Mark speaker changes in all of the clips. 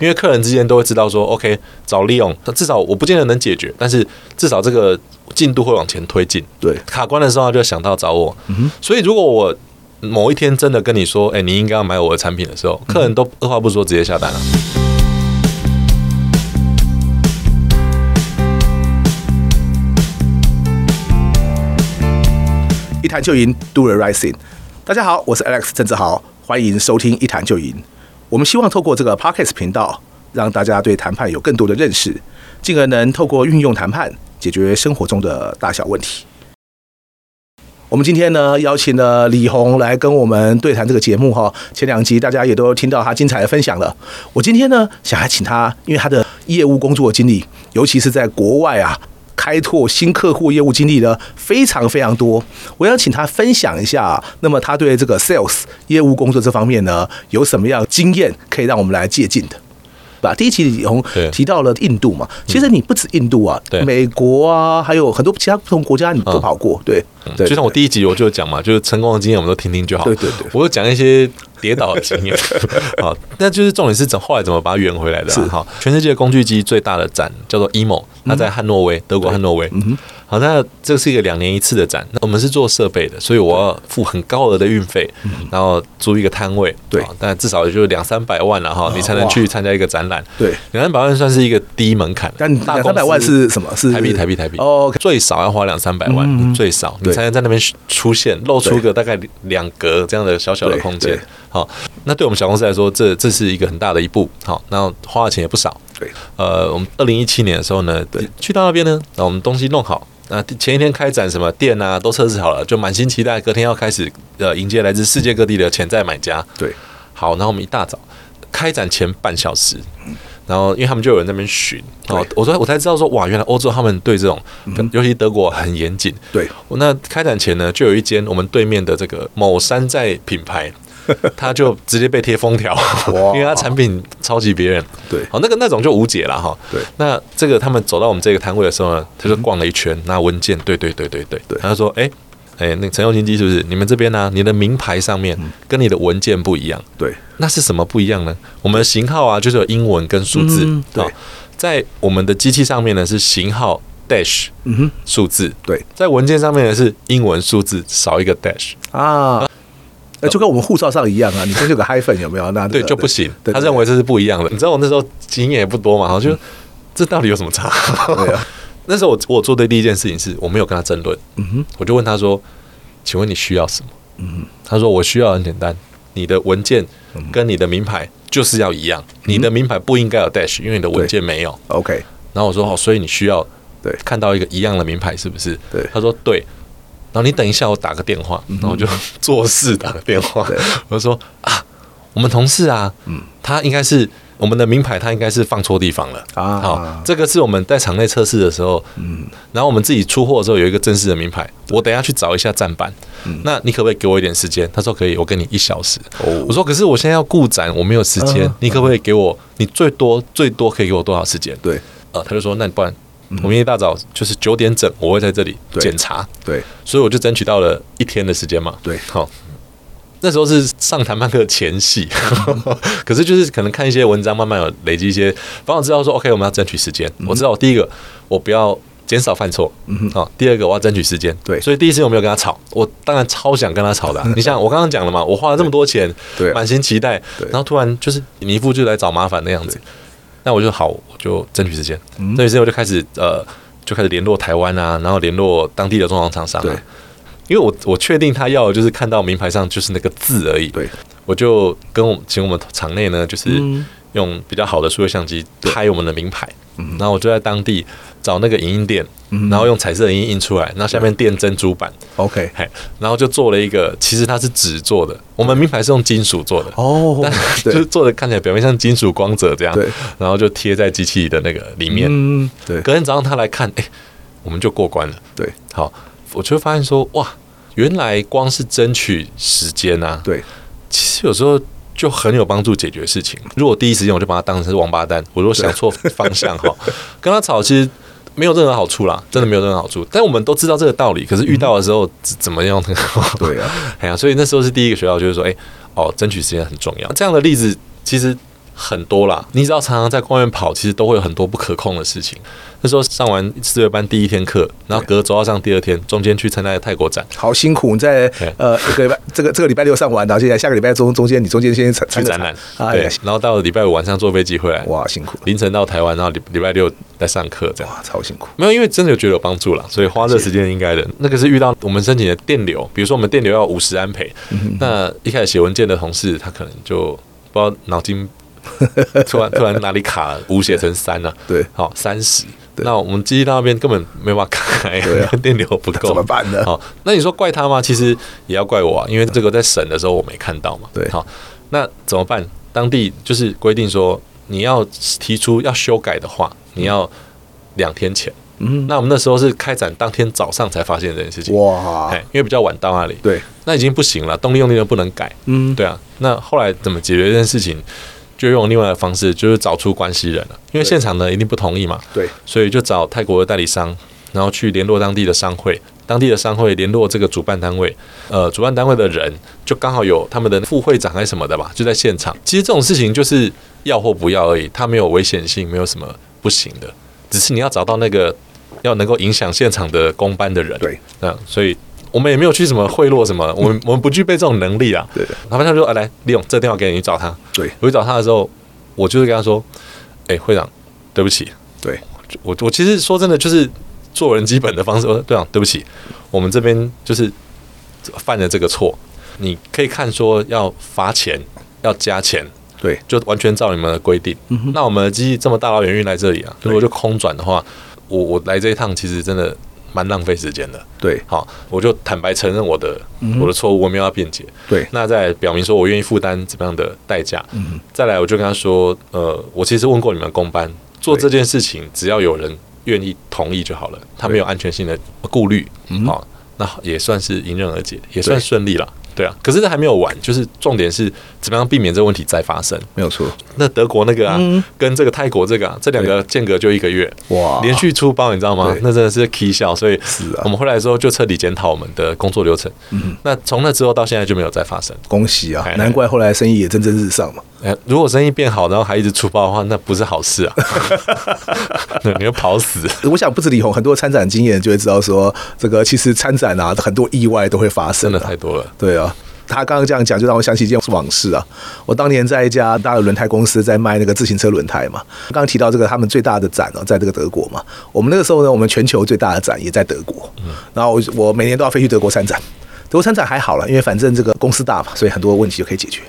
Speaker 1: 因为客人之间都会知道说，OK，找利用，至少我不见得能解决，但是至少这个进度会往前推进。
Speaker 2: 对
Speaker 1: 卡关的时候他就想到找我，所以如果我某一天真的跟你说，哎、你应该要买我的产品的时候，客人都二话不说直接下单了、
Speaker 2: 一谈就赢，Do the right thing。大家好，我是 Alex 郑志豪，欢迎收听《一谈就赢》。我们希望透过这个 Podcast 频道，让大家对谈判有更多的认识，进而能透过运用谈判解决生活中的大小问题。我们今天呢，邀请了李红来跟我们对谈这个节目哈。前两集大家也都听到他精彩的分享了。我今天呢，想要请他，因为他的业务工作经历，尤其是在国外啊，开拓新客户业务经历呢，非常非常多。我要请他分享一下，那么他对这个 sales 业务工作这方面呢，有什么样经验可以让我们来借鉴的？吧，第一期李红
Speaker 1: 对
Speaker 2: 提到了印度嘛，其实你不止印度啊，
Speaker 1: 对
Speaker 2: 美国啊，还有很多其他不同国家你都
Speaker 1: 嗯
Speaker 2: 跑过，对，对，
Speaker 1: 就像我
Speaker 2: 对
Speaker 1: 第一集我就讲嘛，就是成功的经验我们都听听就好。
Speaker 2: 对对对
Speaker 1: 我就讲一些跌倒的经 验。好，那就是重点是怎后来怎么把它圆回来的、
Speaker 2: 是嗯
Speaker 1: 啊。好，全世界工具机最大的展叫做 EMO，它在汉诺威，德国汉诺威。好，那这是一个两年一次的展。那我们是做设备的，所以我要付很高额的运费，然后租一个摊位。
Speaker 2: 嗯对啊
Speaker 1: 好但至少也就两三百万了哈，你才能
Speaker 2: 哇
Speaker 1: 去参加一个展览。
Speaker 2: 对
Speaker 1: 两三百万算是一个低门槛了，
Speaker 2: 但
Speaker 1: 大
Speaker 2: 两
Speaker 1: 公
Speaker 2: 三百万
Speaker 1: 司
Speaker 2: 是什么？是
Speaker 1: 台币，台币，台币。
Speaker 2: 哦，OK，
Speaker 1: 最少要花两三百万，
Speaker 2: 嗯嗯
Speaker 1: 最少你
Speaker 2: 对
Speaker 1: 才能在那边出现，露出个大概两格这样的小小的
Speaker 2: 对
Speaker 1: 空间
Speaker 2: 对。
Speaker 1: 好，那对我们小公司来说，这这是一个很大的一步。好，那花的钱也不少。
Speaker 2: 对，
Speaker 1: 呃，我们二零一七年的时候呢
Speaker 2: 对，
Speaker 1: 去到那边呢，那我们东西弄好，那前一天开展什么店啊都测试好了，就满心期待，隔天要开始呃迎接来自世界各地的潜在买家。
Speaker 2: 对，
Speaker 1: 好，然后我们一大早开展前半小时，然后因为他们就有人在那边巡，哦
Speaker 2: 嗯对，嗯
Speaker 1: 我说我才知道说哇，原来欧洲他们对这种，尤其德国很严谨。
Speaker 2: 对，
Speaker 1: 我那开展前呢，就有一间我们对面的这个某山寨品 牌。他就直接被贴封条， 因为他产品抄袭别人。
Speaker 2: 对
Speaker 1: 好，那个那种就无解了哈。
Speaker 2: 对嗯
Speaker 1: 那这个他们走到我们这个摊位的时候呢，他就逛了一圈，拿文件，对对对对对，
Speaker 2: 对
Speaker 1: 他就说，哎、哎、那个陈永金基是不是你们这边呢、你的名牌上面
Speaker 2: 嗯
Speaker 1: 跟你的文件不一样，
Speaker 2: 对，
Speaker 1: 那是什么不一样呢？我们的型号啊，就是有英文跟数字。
Speaker 2: 嗯对
Speaker 1: 好在我们的机器上面呢是型号 dash
Speaker 2: 嗯哼，
Speaker 1: 数字，
Speaker 2: 对
Speaker 1: 在文件上面呢是英文数字少一个 dash，
Speaker 2: 啊。呃，就跟我们护照上一样啊，你中间有个 hyphen 有没有？那这个
Speaker 1: 对就不行。
Speaker 2: 对嗯
Speaker 1: 他认为这是不一样的。你知道我那时候经验也不多嘛，我就、这到底有什么差？
Speaker 2: 对啊
Speaker 1: 那时候我我做的第一件事情是我没有跟他争论，
Speaker 2: 嗯哼，嗯
Speaker 1: 我就问他说：“请问你需要什么？”他说：“我需要很简单，你的文件跟你的名牌就是要一样，你
Speaker 2: 嗯
Speaker 1: 的名牌不应该有 dash，因为你的文件没有。
Speaker 2: ，OK，
Speaker 1: 然后我说：“哦，所以你需要
Speaker 2: 对
Speaker 1: 看到一个一样的名牌是不是？”
Speaker 2: 对嗯
Speaker 1: 他说：“对。”然后你等一下，我打个电话，然后我 就做事打个电话
Speaker 2: 对，嗯
Speaker 1: 我就说：“啊，我们同事啊，他应该是我们的名牌，他应该是放错地方了
Speaker 2: 啊
Speaker 1: 好，这个是我们在场内测试的时候，嗯，然后我们自己出货的时候有一个正式的名牌，我等一下去找一下站板。
Speaker 2: 嗯
Speaker 1: 那你可不可以给我一点时间？他说可以，我给你一小时。
Speaker 2: 哦
Speaker 1: 我说可是我现在要顾展，我没有时间
Speaker 2: 嗯，
Speaker 1: 你可不可以给我？你最多最多可以给我多少时间？
Speaker 2: 对
Speaker 1: 呃，他就说那你不然，我明天一大早就是九点整，我会在这里
Speaker 2: 嗯对
Speaker 1: 检查，
Speaker 2: 对
Speaker 1: 所以我就争取到了一天的时间嘛。
Speaker 2: 对
Speaker 1: 好。那时候是上谈判课的前戏，
Speaker 2: 嗯
Speaker 1: 可是就是可能看一些文章，慢慢有累积一些，反正我知道说，OK，我们要争取时间。
Speaker 2: 嗯
Speaker 1: 我知道我第一个，我不要减少犯错，嗯，好、第二个我要争取时间，
Speaker 2: 对
Speaker 1: 所以第一次我没有跟他吵，我当然超想跟他吵的 啊、你想，我刚刚讲了嘛，我花了这么多钱，
Speaker 2: 对啊
Speaker 1: 满心期待，
Speaker 2: 对
Speaker 1: 然后突然就是你一副就来找麻烦的样子，那我就好，我就争取时间，
Speaker 2: 嗯
Speaker 1: 争取时间我就开始呃，就开始联络台湾啊，然后联络当地的装潢厂商、
Speaker 2: 对
Speaker 1: 啊，因为我我确定他要的就是看到名牌上就是那个字而已，
Speaker 2: 对，
Speaker 1: 我就跟我请我们场内呢，就是
Speaker 2: 嗯
Speaker 1: 用比较好的数位相机拍我们的名牌，
Speaker 2: 嗯
Speaker 1: 然后我就在当地找那个影印店，然后用彩色的影印印出来，然后下面垫珍珠板，
Speaker 2: ，OK，
Speaker 1: 嘿，然后就做了一个，其实它是纸做的，我们名牌是用金属做的，
Speaker 2: 哦
Speaker 1: 但，就是
Speaker 2: 对
Speaker 1: 做的看起来表面像金属光泽这样
Speaker 2: 对，
Speaker 1: 然后就贴在机器的那个里面。
Speaker 2: 嗯，对
Speaker 1: 隔天早上他来看，哎，我们就过关了。
Speaker 2: 对
Speaker 1: 好，我就发现说，哇，原来光是争取时间啊，
Speaker 2: 对
Speaker 1: 其实有时候就很有帮助解决事情。如果第一时间我就把他当成是王八蛋，我如果想错方向哈，跟他吵其实没有任何好处啦，真的没有任何好处。但我们都知道这个道理，可是遇到的时候怎怎么样呢？
Speaker 2: 嗯 对啊，
Speaker 1: 哎呀，所以那时候是第一个学到，就是说，哎、哦，争取时间很重要。这样的例子其实很多啦。你只要常常在公园跑，其实都会有很多不可控的事情。那时候上完四月班第一天课，然后隔周要上第二天，中间去参加泰国展，
Speaker 2: 好辛苦，你在
Speaker 1: 对
Speaker 2: 呃一个礼拜这个这个礼拜六上完，然后现在下个礼拜中中间你中间先参
Speaker 1: 去
Speaker 2: 参个
Speaker 1: 展览，
Speaker 2: 场哎
Speaker 1: 对
Speaker 2: 呀，，
Speaker 1: 然后到了礼拜五晚上坐飞机回来，
Speaker 2: 哇，辛苦了，
Speaker 1: 凌晨到台湾，然后礼礼拜六再上课，这样。
Speaker 2: 哇，超辛苦，
Speaker 1: 没有，因为真的有觉得有帮助啦，所以花这时间应该的。那个是遇到我们申请的电流，比如说我们电流要五十安培，
Speaker 2: 嗯
Speaker 1: 那一开始写文件的同事他可能就不知道脑筋 突然突然哪里卡了，五写成三了、
Speaker 2: 对
Speaker 1: 好三十。那我们机器到那边根本没办法开，
Speaker 2: 对啊
Speaker 1: 电流不够，
Speaker 2: 怎么办呢
Speaker 1: 好，那你说怪他吗？其实也要怪我啊，因为这个在审的时候我没看到嘛。
Speaker 2: 对
Speaker 1: 好，那怎么办？当地就是规定说，你要提出要修改的话，你要两天前。
Speaker 2: 嗯，
Speaker 1: 那我们那时候是开展当天早上才发现这件事情，
Speaker 2: 哇
Speaker 1: 哎，，因为比较晚到那里，
Speaker 2: 对，
Speaker 1: 那已经不行了，动力用力都不能改，
Speaker 2: 嗯，
Speaker 1: 对啊。那后来怎么解决这件事情？就用另外的方式，就是找出关系人了，因为现场呢一定不同意嘛，
Speaker 2: 对，
Speaker 1: 所以就找泰国的代理商，然后去联络当地的商会，当地的商会联络这个主办单位，呃，主办单位的人就刚好有他们的副会长还是什么的吧，就在现场。其实这种事情就是要或不要而已，它没有危险性，没有什么不行的，只是你要找到那个要能够影响现场的公班的人。
Speaker 2: 对，嗯
Speaker 1: 嗯，所以。我们也没有去什么贿赂什么，我们我们不具备这种能力啊。
Speaker 2: 对的
Speaker 1: 然后他就说：“哎、来，利用这电话给你，你找他。”
Speaker 2: 对，
Speaker 1: 我去找他的时候，我就是跟他说：“哎、会长，对不起，
Speaker 2: 对，
Speaker 1: 我我其实说真的，就是做人基本的方式。我说对啊，对不起，我们这边就是犯了这个错，你可以看说要罚钱，要加钱，
Speaker 2: 对，
Speaker 1: 就完全照你们的规定。那我们的机器这么大老远运来这里啊，如果就空转的话，我我来这一趟其实真的蛮浪费时间的。
Speaker 2: 对，
Speaker 1: 好，我就坦白承认我的、我的错误，我没有要辩解。
Speaker 2: 对，
Speaker 1: 那再表明说我愿意负担怎么样的代价。嗯，再来我就跟他说，呃，我其实问过你们公班，做这件事情只要有人愿意同意就好了，他没有安全性的顾虑，
Speaker 2: 嗯
Speaker 1: 好、那也算是迎刃而解，也算顺利了。对啊，可是这还没有完，就是重点是怎么样避免这个问题再发生。
Speaker 2: 没有错，
Speaker 1: 那德国那个啊，跟这个泰国这个啊，这两个间隔就一个月，
Speaker 2: 嗯哇
Speaker 1: 连续出包，你知道吗
Speaker 2: 对？
Speaker 1: 那真的是 K 笑，所以
Speaker 2: 是啊
Speaker 1: 我们回来之后就彻底检讨我们的工作流程。嗯，那从那之后到现在就没有再发生。
Speaker 2: 恭喜啊
Speaker 1: 哎，
Speaker 2: 难怪后来生意也蒸蒸日上嘛，
Speaker 1: 呃如果生意变好，然后还一直出包的话，那不是好事 啊，对你会跑死。
Speaker 2: 我想不止李红，很多参展经验就会知道说，这个其实参展啊，很多意外都会发生、
Speaker 1: 真
Speaker 2: 啊，
Speaker 1: 的太多了。
Speaker 2: 对啊。他刚刚这样讲，就让我想起一件往事啊。我当年在一家大的轮胎公司，在卖那个自行车轮胎嘛。刚刚提到这个，他们最大的展呢、啊在这个德国嘛。我们那个时候呢，我们全球最大的展也在德国。然后我我每年都要飞去德国参展。德国参展还好了，因为反正这个公司大嘛，所以很多问题就可以解决。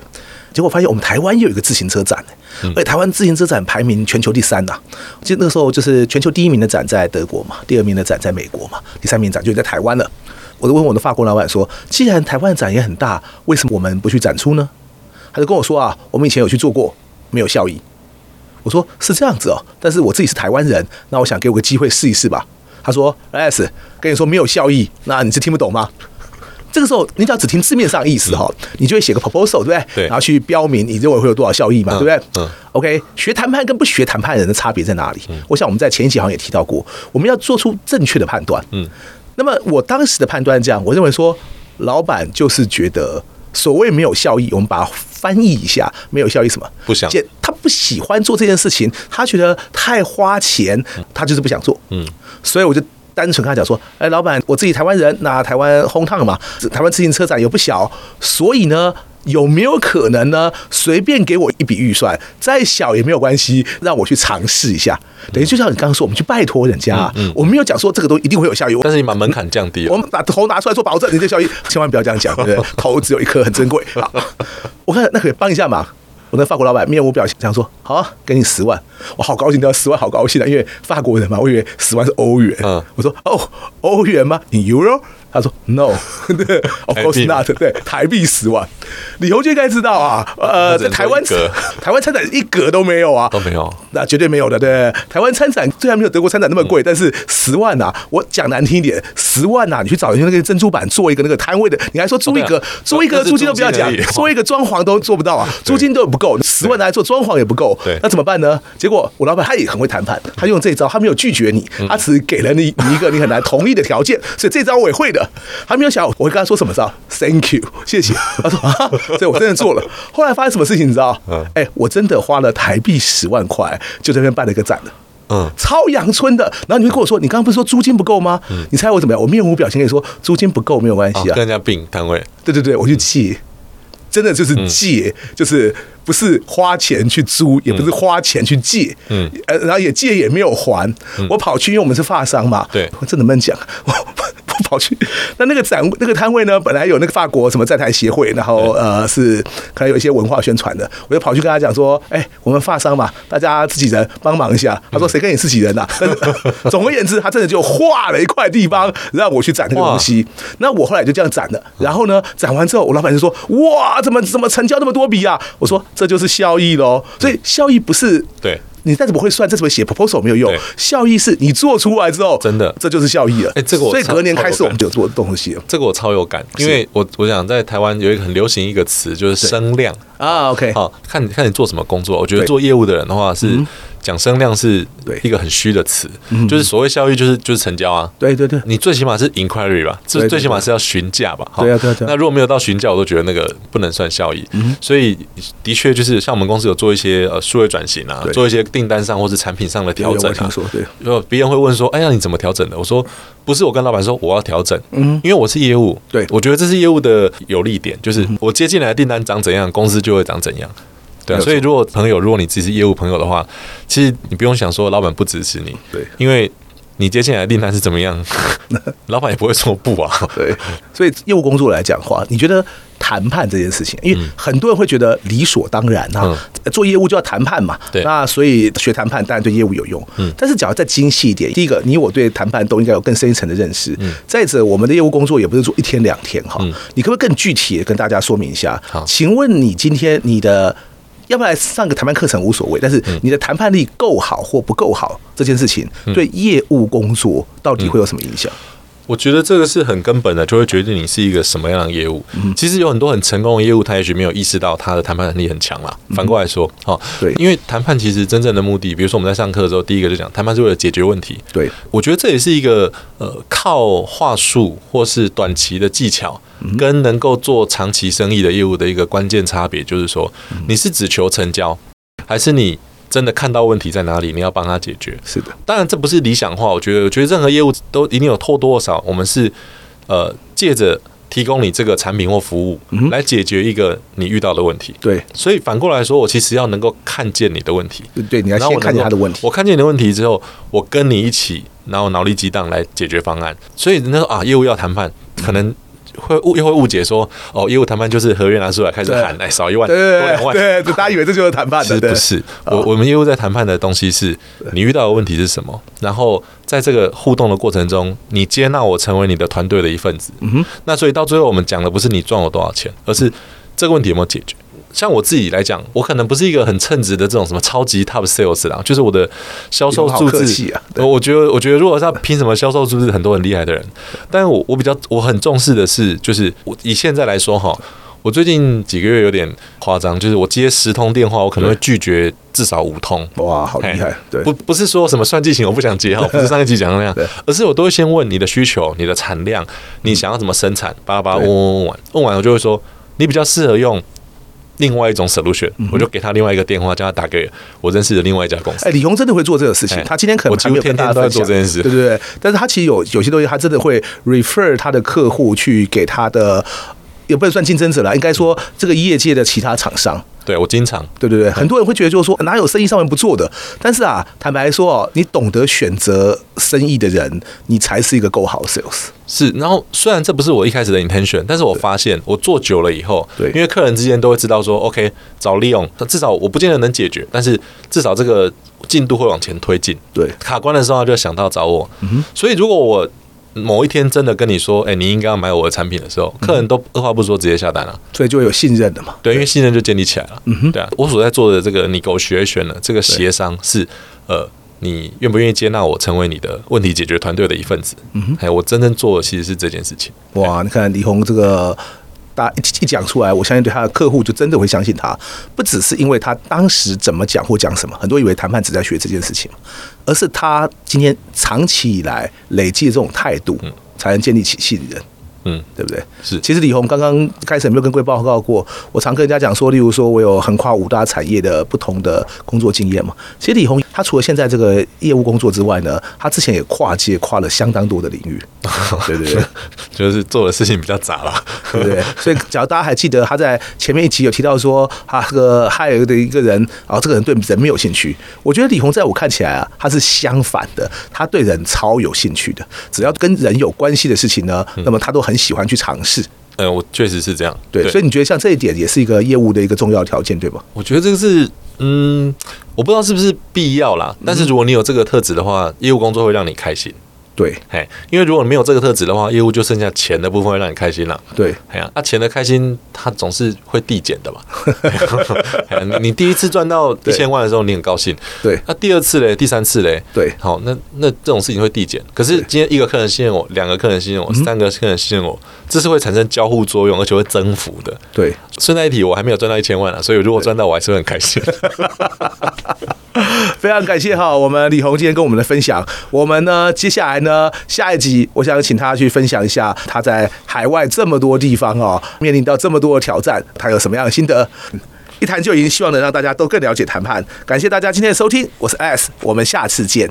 Speaker 2: 结果发现我们台湾也有一个自行车展、而且台湾自行车展排名全球第三呐、我记得那个时候就是全球第一名的展在德国嘛，第二名的展在美国嘛，第三名展就在台湾了。我就问我的法国老板说，既然台湾的展也很大，为什么我们不去展出呢？他就跟我说啊，我们以前有去做过，没有效益。我说是这样子哦，但是我自己是台湾人，那我想给我个机会试一试吧。他说，S 跟你说没有效益，那你是听不懂吗？这个时候，你只要只听字面上的意思哈、你就会写个 proposal，对不对？
Speaker 1: 对
Speaker 2: 然后去标明你认为会有多少效益嘛，
Speaker 1: 嗯
Speaker 2: 对不对？
Speaker 1: 嗯
Speaker 2: OK，学谈判跟不学谈判人的差别在哪里？我想我们在前一集好像也提到过，我们要做出正确的判断。
Speaker 1: 嗯，
Speaker 2: 那么我当时的判断是这样，我认为说，老板就是觉得所谓没有效益，我们把它翻译一下，没有效益什么？
Speaker 1: 不想
Speaker 2: 简他不喜欢做这件事情，他觉得太花钱，他就是不想做。嗯，所以我就。单纯跟他讲说，哎，老板，我自己台湾人，那台湾 home town 嘛，台湾自行车展也不小，所以呢，有没有可能呢，随便给我一笔预算，再小也没有关系，让我去尝试一下。等于就像你刚刚说，我们去拜托人家啊，我没有讲说这个东西一定会有效益，我
Speaker 1: 但是你把门槛降低
Speaker 2: 我
Speaker 1: 了，
Speaker 2: 们把头拿出来做保证，你这效益千万不要这样讲，对不对？头只有一颗，很珍贵。好， 我看那可以帮一下忙。我那法国老板面无表情，想说：“好、啊，给你十万。”我好高兴，要十万，好高兴啊！因为法国人嘛，我以为十万是欧元。
Speaker 1: 嗯
Speaker 2: 我说：“哦，欧元吗？In Euro？” 他说：“No，of
Speaker 1: 台 币
Speaker 2: course not。”对，台币十万，李红就应该知道啊。呃，
Speaker 1: 那只
Speaker 2: 在
Speaker 1: 能
Speaker 2: 台湾
Speaker 1: 做一格
Speaker 2: 台湾参展一格都没有啊，
Speaker 1: 都没有
Speaker 2: 那绝对没有的。对，台湾参展虽然没有德国参展那么贵，
Speaker 1: 嗯
Speaker 2: 但是十万呐、我讲难听一点，十万啊呐、你去找人家那个珍珠板做一个那个摊位的，你还说租一个、
Speaker 1: 哦对啊
Speaker 2: 租一个
Speaker 1: 那是
Speaker 2: 租金都不要
Speaker 1: 租
Speaker 2: 讲
Speaker 1: 金而已，
Speaker 2: 做一个装潢都做不 到啊，租金都不够，十万拿来做装潢也不够
Speaker 1: 对，
Speaker 2: 那怎么办呢？结果我老板他也很会谈
Speaker 1: 嗯
Speaker 2: 判，他用这一招，他没有拒绝你，他只是给了你你一个你很难同意的条件，所以这招我也会的。了。他没有想我会跟他说什么，知道？Thank you，谢谢。他说啊，对我真的做了。后来发生什么事情，你知道？哎、我真的花了台币十万块，就这边办了一个展了。
Speaker 1: 嗯，
Speaker 2: 超阳春的，然后你会跟我说，你刚刚不是说租金不够吗？你猜我怎么样？我面无表情跟你说，租金不够没有关系
Speaker 1: 哦
Speaker 2: 啊，
Speaker 1: 跟人家并单位，
Speaker 2: 对对对，我去借，真的就是借，就是不是花钱去租，也不是花钱去借，嗯，呃，然后也借也没有还，我跑去，因为我们是发商嘛，
Speaker 1: 对
Speaker 2: 我这能不能讲？啊 我我跑去，那那个展那个摊位呢，本来有那个法国什么在台协会，然后呃是可能有一些文化宣传的，我就跑去跟他讲说，哎，我们发商嘛，大家自己人帮忙一下。他说谁跟你自己人呐、啊但是总而言之，他真的就划了一块地方让我去展那个东西。机那我后来就这样攒的，然后呢，攒完之后，我老板就说：“哇，怎么怎么成交那么多笔啊？”我说：“这就是效益喽。”所以效益不是
Speaker 1: 对。
Speaker 2: 你再怎么会算，再怎么写 proposal 没有用
Speaker 1: 对，
Speaker 2: 效益是你做出来之后，
Speaker 1: 真的
Speaker 2: 这就是效益了。
Speaker 1: 哎这个我
Speaker 2: 所以
Speaker 1: 超
Speaker 2: 隔年
Speaker 1: 超
Speaker 2: 开始
Speaker 1: 有
Speaker 2: 我
Speaker 1: 感
Speaker 2: 们就做东西了
Speaker 1: 这个我超有感，因为我我想在台湾有一个很流行一个词，就是声量。
Speaker 2: 啊。OK，
Speaker 1: 好、看你看你做什么工作。我觉得
Speaker 2: 对嗯
Speaker 1: 做业务的人的话是讲声量是
Speaker 2: 对嗯
Speaker 1: 一个很虚的词，就是所谓效益就是就是成交啊。
Speaker 2: 对对对，
Speaker 1: 你最起码是 inquiry 吧，
Speaker 2: 对
Speaker 1: 最
Speaker 2: 对
Speaker 1: 最起码是要询价吧。好
Speaker 2: 对啊对啊对啊嗯
Speaker 1: 那如果没有到询价，我都觉得那个不能算效益。所以的确就是像我们公司有做一些呃数位转型啊，
Speaker 2: 对
Speaker 1: 做一些订单上或是产品上的调
Speaker 2: 有有
Speaker 1: 整
Speaker 2: 我
Speaker 1: 啊
Speaker 2: 听。说对。
Speaker 1: 然后别人会问说：“哎呀，你怎么调整的？”我说：“不是我跟老板说我要调整，嗯，因为我是业务，
Speaker 2: 对嗯
Speaker 1: 我觉得这是业务的有利点，就是我接进来的订单长怎样，公司就会长怎样。”对啊、
Speaker 2: 没有错
Speaker 1: 所以如果朋友，如果你自己是业务朋友的话，其实你不用想说老板不支持你，
Speaker 2: 对
Speaker 1: 因为你接进来的订单是怎么样， 老板也不会说不啊。
Speaker 2: 对，所以业务工作来讲的话，你觉得谈判这件事情，因为很多人会觉得理所当然啊，做业务就要谈判嘛。
Speaker 1: 对
Speaker 2: 那所以学谈判当然对业务有用。嗯，但是只要再精细一点，第一个，你我对谈判都应该有更深一层的认识。嗯，再者，我们的业务工作也不是做一天两天哈，你可不可以更具体的跟大家说明一下？
Speaker 1: 好
Speaker 2: 请问你今天你的。要不然上个谈判课程无所谓，但是你的谈判力够好或不够好这件事情，对业务工作到底会有什么影响？
Speaker 1: 我觉得这个是很根本的，就会决定你是一个什么样的业务。
Speaker 2: 嗯
Speaker 1: 其实有很多很成功的业务，他也许没有意识到他的谈判能力很强啦。反过来说，哦，
Speaker 2: 嗯对
Speaker 1: 因为谈判其实真正的目的，比如说我们在上课的时候，第一个就讲谈判是为了解决问题。
Speaker 2: 对，
Speaker 1: 我觉得这也是一个呃，靠话术或是短期的技巧，跟能够做长期生意的业务的一个关键差别，就是说你是只求成交，还是你真的看到问题在哪里，你要帮他解决。
Speaker 2: 是的，
Speaker 1: 当然这不是理想化，我觉得，我觉得任何业务都一定有或多或少，我们是呃借着提供你这个产品或服务、来解决一个你遇到的问题。
Speaker 2: 对。
Speaker 1: 所以反过来说，我其实要能够看见你的问题，
Speaker 2: 对，你要
Speaker 1: 然后
Speaker 2: 先
Speaker 1: 我
Speaker 2: 看
Speaker 1: 能够
Speaker 2: 见他的问题。
Speaker 1: 我看见你的问题之后，我跟你一起，然后脑力激荡来解决方案。所以那时候啊，业务要谈判，可能会误又会误解说，哦，业务谈判就是合约拿出来开始
Speaker 2: 对
Speaker 1: 喊，哎，少一万，多
Speaker 2: 对
Speaker 1: 两
Speaker 2: 对
Speaker 1: 万，
Speaker 2: 对对，大家以为这就是谈判
Speaker 1: 其
Speaker 2: 的，
Speaker 1: 实
Speaker 2: 对啊
Speaker 1: 不是，我我们业务在谈判的东西是你遇到的问题是什么，然后在这个互动的过程中，你接纳我成为你的团队的一份子。
Speaker 2: 嗯
Speaker 1: 那所以到最后，我们讲的不是你赚我多少钱，而是这个问题有没有解决。像我自己来讲，我可能不是一个很称职的这种什么超级 top sales 啦，就是我的销售
Speaker 2: 你
Speaker 1: 数
Speaker 2: 们好客
Speaker 1: 字
Speaker 2: 气啊，对
Speaker 1: 我我觉得我觉得如果是要拼什么销售数字，很多很厉害的人，但是我我比较我很重视的是，就是我以现在来说哈，我最近几个月有点夸张，就是我接十通电话，我可能会拒绝至少五通。
Speaker 2: 哇，好厉害
Speaker 1: 哎，
Speaker 2: 对
Speaker 1: 不，不是说什么算计型我不想接哈，不是上一集讲的那样
Speaker 2: 对，
Speaker 1: 而是我都会先问你的需求、你的产量、你想要怎么生产，巴拉巴拉问
Speaker 2: 对
Speaker 1: 问问完，问完我就会说你比较适合用另外一种 solution，我就给他另外一个电话，叫他打给我认识的另外一家公司
Speaker 2: 嗯哎，。李红真的会做这个事情
Speaker 1: 哎，
Speaker 2: 他今天可
Speaker 1: 我
Speaker 2: 能
Speaker 1: 几
Speaker 2: 还
Speaker 1: 乎
Speaker 2: 没有
Speaker 1: 天
Speaker 2: 跟
Speaker 1: 天
Speaker 2: 大家
Speaker 1: 都在
Speaker 2: 分
Speaker 1: 做
Speaker 2: 享
Speaker 1: 这件事
Speaker 2: 对对对。但是他其实有有些东西，他真的会 refer 他的客户去给他的，也不能算竞争者了，应该说这个业界的其他厂商。
Speaker 1: 对我经常
Speaker 2: 对对对，很多人会觉得就是说哪有生意上面不做的，但是啊，坦白说哦，你懂得选择生意的人，你才是一个够好的 sales。
Speaker 1: 是，然后虽然这不是我一开始的 intention，但是我发现我做久了以后，
Speaker 2: 对
Speaker 1: 因为客人之间都会知道说，OK，找利用，至少我不见得能解决，但是至少这个进度会往前推进。
Speaker 2: 对
Speaker 1: 卡关的时候他就想到找我，所以如果我某一天真的跟你说，哎、你应该要买我的产品的时候，客人都二话不说直接下单了、
Speaker 2: 所以就会有信任的嘛。
Speaker 1: 嗯对，因为信任就建立起来了。对啊，我所在做的这个你给我学选了，这个协商是呃，你愿不愿意接纳我成为你的问题解决团队的一份子？嗯哎，我真正做的其实是这件事情。
Speaker 2: 哇，你看李红这个。大家一一讲出来，我相信对他的客户就真的会相信他，不只是因为他当时怎么讲或讲什么，很多以为谈判只在学这件事情，而是他今天长期以来累积的这种态度，才能建立起信任。
Speaker 1: 嗯，
Speaker 2: 对不对？
Speaker 1: 是
Speaker 2: 其实李红刚刚开始有没有跟各位报告过？我常跟人家讲说，例如说我有横跨五大产业的不同的工作经验嘛。其实李红他除了现在这个业务工作之外呢，他之前也跨界跨了相当多的领域，对对对。
Speaker 1: 就是做的事情比较杂啦。
Speaker 2: 对不对？所以，假如大家还记得他在前面一集有提到说，他这个还有的一个人，啊，这个人对人没有兴趣。我觉得李红在我看起来啊，他是相反的，他对人超有兴趣的，只要跟人有关系的事情呢，那么他都很喜欢去尝试。
Speaker 1: 嗯，我确实是这样。
Speaker 2: 对，所以你觉得像这一点也是一个业务的一个重要条件，对吧？
Speaker 1: 我觉得这个是，嗯，我不知道是不是必要啦。但是如果你有这个特质的话，业务工作会让你开心。
Speaker 2: 对
Speaker 1: 嘿，因为如果你没有这个特质的话，业务就剩下钱的部分会让你开心了。
Speaker 2: 对，
Speaker 1: 哎呀，那、钱的开心，它总是会递减 的嘛。哎呀你你第一次赚到一千万的时候，你很高兴。
Speaker 2: 对
Speaker 1: 那、第二次嘞，第三次嘞，
Speaker 2: 对
Speaker 1: 好，那那这种事情会递减。可是今天一个客人信任我，两个客人信任我，
Speaker 2: 嗯
Speaker 1: 三个客人信任我，这是会产生交互作用，而且会增幅的。
Speaker 2: 对，
Speaker 1: 顺带一提，我还没有赚到一千万啊，所以如果赚到，我还是会很开心。
Speaker 2: 非常感谢哈，我们李红今天跟我们的分享。我们呢，接下来呢，下一集我想请他去分享一下他在海外这么多地方哦，面临到这么多的挑战，他有什么样的心得？一谈就赢，希望能让大家都更了解谈判。感谢大家今天的收听，我是 S，我们下次见，